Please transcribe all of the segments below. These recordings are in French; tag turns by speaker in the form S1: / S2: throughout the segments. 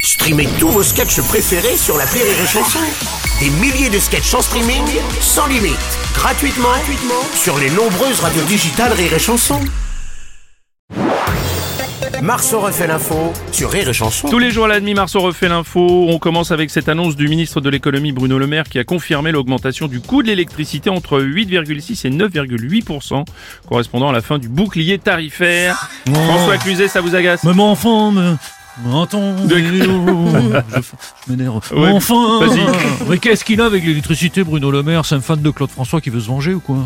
S1: Streamez tous vos sketchs préférés sur la Rire et Chanson. Des milliers de sketchs en streaming, sans limite, gratuitement, gratuitement sur les nombreuses radios digitales Rire et Chanson. Marceau refait l'info sur Rire et Chanson.
S2: Tous les jours à la demi, Marceau refait l'info. On commence avec cette annonce du ministre de l'économie Bruno Le Maire qui a confirmé l'augmentation du coût de l'électricité entre 8,6 et 9,8%, correspondant à la fin du bouclier tarifaire.
S3: Oh.
S2: François Cluzet, ça vous agace
S4: Maman enfant, me... Entends, je, je m'énerve.
S2: Ouais,
S4: Mon enfant,
S2: vas-y.
S4: mais qu'est-ce qu'il a avec l'électricité, Bruno Le Maire C'est un fan de Claude François qui veut se venger ou quoi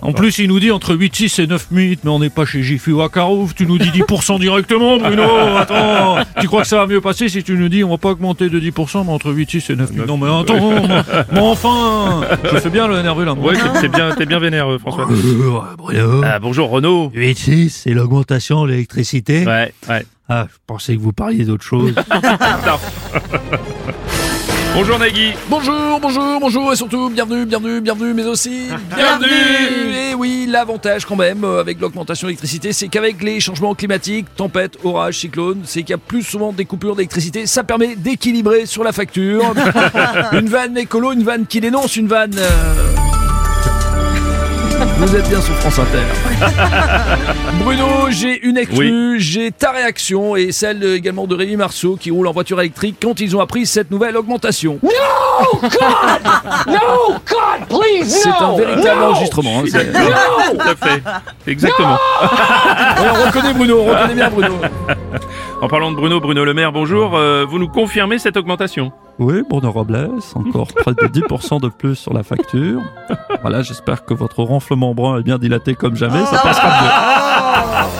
S4: En plus, il nous dit entre 8,6 et 9 minutes, mais on n'est pas chez Gifu ou à Carouf. Tu nous dis 10% directement, Bruno. Attends, tu crois que ça va mieux passer si tu nous dis on va pas augmenter de 10%, mais entre 8,6 et 9 minutes. Non, mais attends, mon enfant, je fais bien le énervé là. moi.
S2: Ouais, c'est- c'est bien, t'es bien vénère, euh, François.
S3: Bonjour, Bruno.
S2: Ah, bonjour Renaud.
S3: 8,6, c'est l'augmentation de l'électricité.
S2: Ouais, ouais.
S3: Ah, je pensais que vous parliez d'autre chose.
S2: Bonjour Nagui.
S5: Bonjour, bonjour, bonjour et surtout bienvenue, bienvenue, bienvenue, mais aussi
S2: Bienvenue.
S5: Et oui, l'avantage quand même euh, avec l'augmentation de l'électricité, c'est qu'avec les changements climatiques, tempêtes, orages, cyclones, c'est qu'il y a plus souvent des coupures d'électricité. Ça permet d'équilibrer sur la facture. une vanne écolo, une vanne qui dénonce, une vanne. euh, Vous êtes bien sur France Inter. Bruno, j'ai une exclue, j'ai ta réaction et celle de- également de Rémi Marceau qui roule en voiture électrique quand ils ont appris cette nouvelle augmentation.
S6: No, God, please,
S5: C'est un
S6: no!
S5: véritable enregistrement. hein, c'est-
S2: Tout à fait. Exactement.
S5: Ouais, on reconnaît Bruno, on reconnaît bien Bruno.
S2: En parlant de Bruno, Bruno Le Maire, bonjour. Euh, vous nous confirmez cette augmentation
S7: Oui, Bruno Robles, encore près de 10% de plus sur la facture. Voilà, j'espère que votre ronflement brun est bien dilaté comme jamais. Ça passera mieux.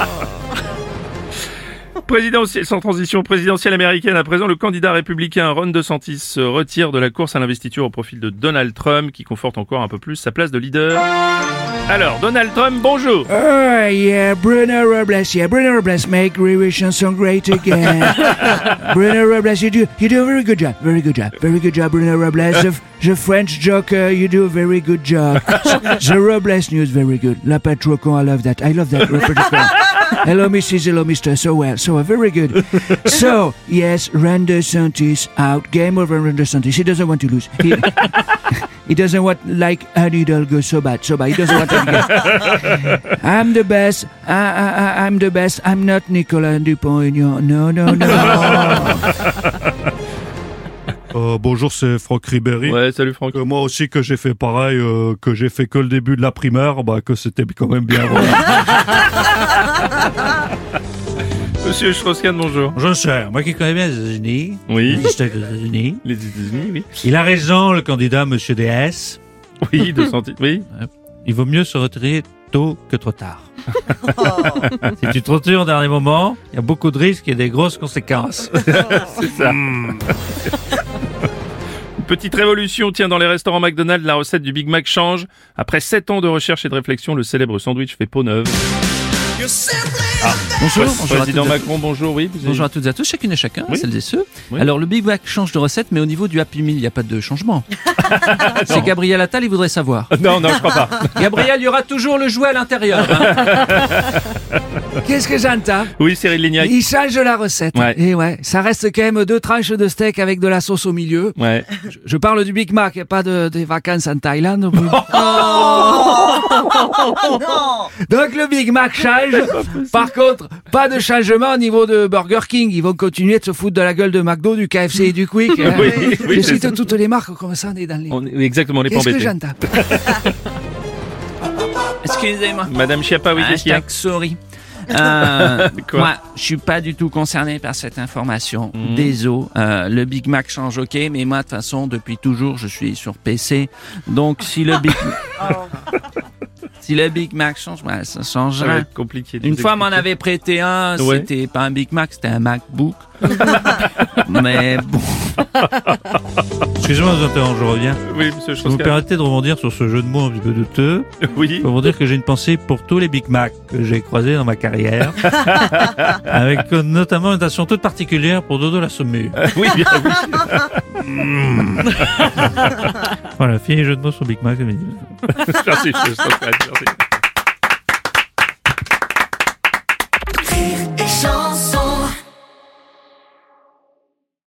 S2: Présidentielle, sans transition présidentielle américaine, à présent, le candidat républicain Ron DeSantis se retire de la course à l'investiture au profil de Donald Trump, qui conforte encore un peu plus sa place de leader. Alors, Donald Trump, bonjour
S8: Oh yeah, Bruno Robles, yeah, Bruno Robles, make Riri Chanson great again. Bruno Robles, you do you do a very good job, very good job, very good job, Bruno Robles. The, the French joker, you do a very good job. the Robles news, very good. La Patrocon, I love that. I love that. La Patrocon. Hello, Mrs. Hello, Mr. So well, so well, very good. So, yes, Render Santis out. Game over, Render Santis. He doesn't want to lose. He, he doesn't want, like, an Hidalgo so bad, so bad. He doesn't want to lose. I'm the best. I, I, I, I'm the best. I'm not Nicolas Dupont-Aignan. No, no, no.
S3: Euh, bonjour, c'est Franck Ribéry.
S2: Ouais, salut Franck.
S3: Euh, moi aussi que j'ai fait pareil, euh, que j'ai fait que le début de la primaire, bah que c'était quand même bien. voilà.
S2: Monsieur Strauss-Kahn, bonjour.
S3: Je sais, moi qui connais bien les États-Unis,
S2: Oui.
S3: les États-Unis,
S2: Les États-Unis, oui.
S3: il a raison, le candidat Monsieur DS.
S2: Oui, DeSantis, oui.
S3: Il vaut mieux se retirer tôt que trop tard. si tu te retires au dernier moment, il y a beaucoup de risques et des grosses conséquences.
S2: Petite révolution, tiens, dans les restaurants McDonald's, la recette du Big Mac change. Après 7 ans de recherche et de réflexion, le célèbre sandwich fait peau neuve.
S9: Bonjour, bonjour à, toutes et
S2: Président
S9: à-
S2: Macron, bonjour, oui. vous avez-
S9: bonjour à toutes et à tous, chacune et chacun,
S2: Oui.
S9: celles et ceux.
S2: Oui.
S9: Alors le Big Mac change de recette, mais au niveau du Happy Meal, il n'y a pas de changement. C'est Gabriel Attal, il voudrait savoir.
S2: Non, non, je crois pas.
S9: Gabriel, il y aura toujours le jouet à l'intérieur. hein.
S8: Qu'est-ce que j'entends
S2: Oui, Cyril Lignac.
S8: Il change la recette.
S2: Ouais.
S8: Et ouais, ça reste quand même deux tranches de steak avec de la sauce au milieu.
S2: Ouais.
S8: Je, je parle du Big Mac, et pas de, des vacances en Thaïlande.
S2: Oh.
S8: Donc le Big Mac change. Par contre, pas de changement au niveau de Burger King. Ils vont continuer de se foutre de la gueule de McDo, du KFC et du Quick. hein.
S2: Oui, oui,
S8: je
S2: c'est ça.
S8: cite toutes les marques, comme ça on est dans les...
S2: On est- exactement, on est pas
S8: Qu'est-ce que
S2: embêtés.
S8: j'entends
S9: Excusez-moi.
S2: Madame Chiappa, oui, qu'est-ce qu'il y a
S9: Hashtag sorry. Euh,
S2: Quoi Mhm.
S9: moi, je suis pas du tout concerné par cette information. Désolé. Euh, le Big Mac change, ok, mais moi, de toute façon, depuis toujours, je suis sur PC. Donc, si le Big, si le Big Mac change, ouais, ça
S2: Ça va
S9: changera.
S2: être compliqué. de
S9: Une
S2: vous
S9: fois, on m'en
S2: expliquer.
S9: avait prêté un.
S2: Ouais.
S9: C'était pas un Big Mac, c'était un MacBook. mais bon.
S3: Excusez-moi de vous interrompre, je reviens.
S2: Oui, monsieur
S3: Vous me
S2: Strauss-Kahn.
S3: permettez de rebondir sur ce jeu de mots un petit peu douteux
S2: Oui.
S3: pour vous dire que j'ai une pensée pour tous les Big Mac que j'ai croisés dans ma carrière, avec euh, notamment une attention toute particulière pour Dodo la Saumure.
S2: Oui, bien, oui.
S3: Voilà, fini les jeux de mots sur Big Mac. c'est midi.
S2: Merci, monsieur Strauss-Kahn. Merci.
S10: Rire et chanson.